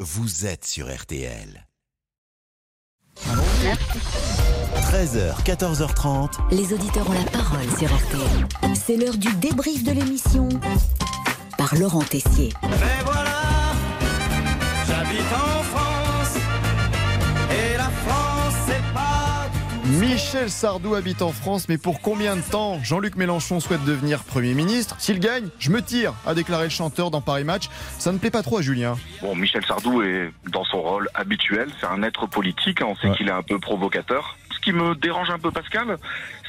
vous êtes sur RTL. 13h, 14h30. Les auditeurs ont la parole sur RTL. C'est l'heure du débrief de l'émission par Laurent Tessier. Mais voilà, j'habite en France et la France c'est pas Michel Sardou habite en France, mais pour combien de temps Jean-Luc Mélenchon souhaite devenir Premier ministre S'il gagne, je me tire, a déclaré le chanteur dans Paris Match. Ça ne plaît pas trop à Julien. Bon, Michel Sardou est dans son rôle habituel, c'est un être politique, hein, on sait qu'il est un peu provocateur. Ce qui me dérange un peu Pascal,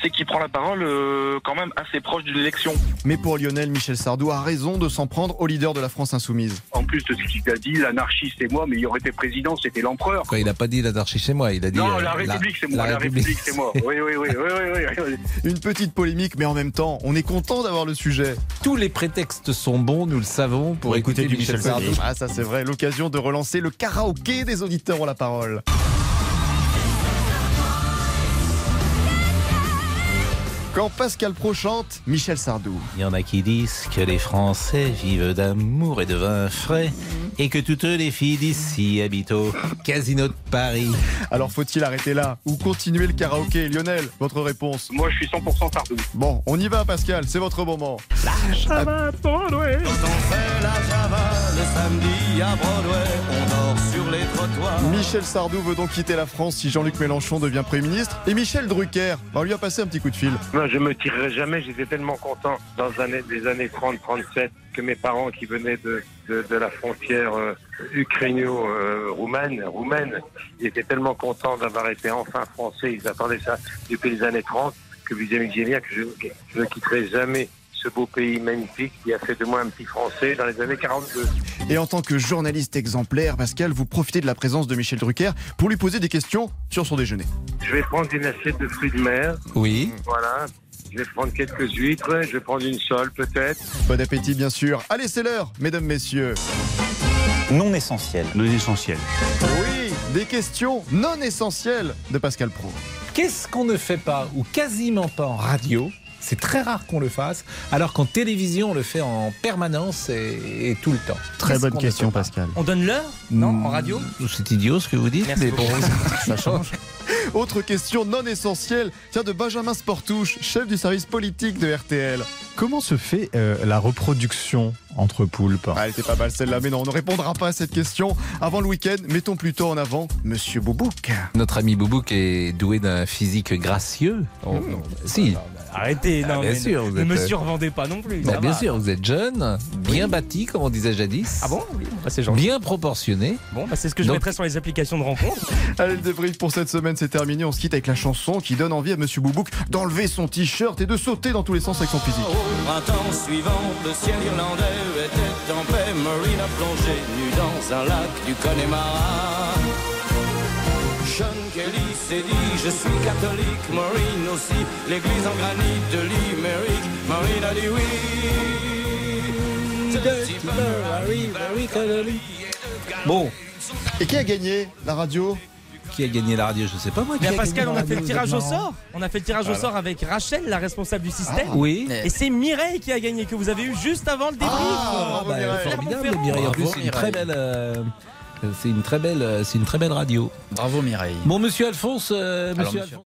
c'est qu'il prend la parole euh, quand même assez proche d'une élection. Mais pour Lionel, Michel Sardou a raison de s'en prendre au leader de la France insoumise. En plus de ce qu'il a dit, l'anarchie c'est moi, mais il aurait été président, c'était l'empereur. Quoi, il n'a pas dit l'anarchie chez moi, il a dit. Non, euh, la République c'est moi, la, République c'est moi. Oui, oui, oui, oui, oui, oui. Une petite polémique, mais en même temps, on est content d'avoir le sujet. Tous les prétextes sont bons, nous le savons, pour écouter, du Michel, Sardou. Ah, ça c'est vrai, l'occasion de relancer le karaoké des auditeurs ont la parole. Quand Pascal Pro chante, Michel Sardou. Il y en a qui disent que les Français vivent d'amour et de vin frais Mhm. et que toutes les filles d'ici habitent au casino de Paris. Alors faut-il arrêter là ou continuer le karaoké Lionel, votre réponse. Moi je suis 100% Sardou. Bon, on y va Pascal, c'est votre moment. Quand on fait la java le samedi à Broadway, on dort sur les trottoirs. Michel Sardou veut donc quitter la France si Jean-Luc Mélenchon devient Premier ministre. Et Michel Drucker, on lui a passé un petit coup de fil. Moi, je me tirerai jamais. J'étais tellement content dans les années, les années 30-37 que mes parents qui venaient de, de, de la frontière euh, ukraino-roumaine, euh, roumaine, ils étaient tellement contents d'avoir été enfin français. Ils attendaient ça depuis les années 30 que vous imaginez que je, je ne quitterai jamais ce beau pays magnifique qui a fait de moi un petit français dans les années 42. Et en tant que journaliste exemplaire, Pascal, vous profitez de la présence de Michel Drucker pour lui poser des questions sur son déjeuner. Je vais prendre une assiette de fruits de mer. Oui. Voilà. Je vais prendre quelques huîtres. Je vais prendre une sole peut-être. Bon appétit, bien sûr. Allez, c'est l'heure, mesdames, messieurs. non essentiel. Non essentiel. Oui, des questions non essentielles de Pascal Pro. Qu'est-ce qu'on ne fait pas ou quasiment pas en radio c'est très rare qu'on le fasse, alors qu'en télévision, on le fait en permanence et, et tout le temps. Très Qu'est-ce bonne qu'on ne question, fait pas Pascal. On donne l'heure Non En radio C'est idiot ce que vous dites, Merci mais beaucoup. bon, Ça change. Autre question non essentielle, tiens de Benjamin Sportouche, chef du service politique de RTL. Comment se fait euh, la reproduction entre poulpes Ah, elle était pas mal celle-là, mais non, on ne répondra pas à cette question. Avant le week-end, mettons plutôt en avant Monsieur Boubouk. notre ami Boubouk est doué d'un physique gracieux. Hmm, Oh. bah, si, Arrêtez, Ah, non, bien mais sûr, ne, vous ne êtes- me survendez pas non plus. bah, ça bien va. sûr, vous êtes jeune, bien bâti, comme on disait jadis. Ah bon Oui, bah, C'est gentil. Bien proportionné. Bon, bah, c'est ce que je Donc- mettrais sur les applications de rencontres. Allez, le débrief pour cette semaine, c'est terminé. On se quitte avec la chanson qui donne envie à Monsieur Boubouk d'enlever son t-shirt et de sauter dans tous les sens avec son physique. Au printemps suivant, le ciel irlandais était en paix. Marine a plongé nue dans un lac du Connemara. Sean Kelly s'est dit Je suis catholique, Marine aussi. L'église en granit de l'Imérique, Marine a dit oui. De Tipper arrive à Ricadoli. Bon, Et qui a gagné la radio qui a gagné la radio Je sais pas moi. qui Mais a à Pascal, gagné on la a fait radio, le tirage au vous êtes marrant. sort. On a fait le tirage au sort avec Rachel, la responsable du système. Oui. Et c'est Mireille qui a gagné, que vous avez eu juste avant le débrief. Ah, bah, Mireille. formidable, Clermont-Ferrand. Mireille. En plus, Bravo, c'est une Mireille. très belle. euh, c'est une très belle, euh, c'est une très belle radio. Bravo Mireille. Bon, Monsieur Alphonse, euh, Alors, monsieur monsieur- Alphonse-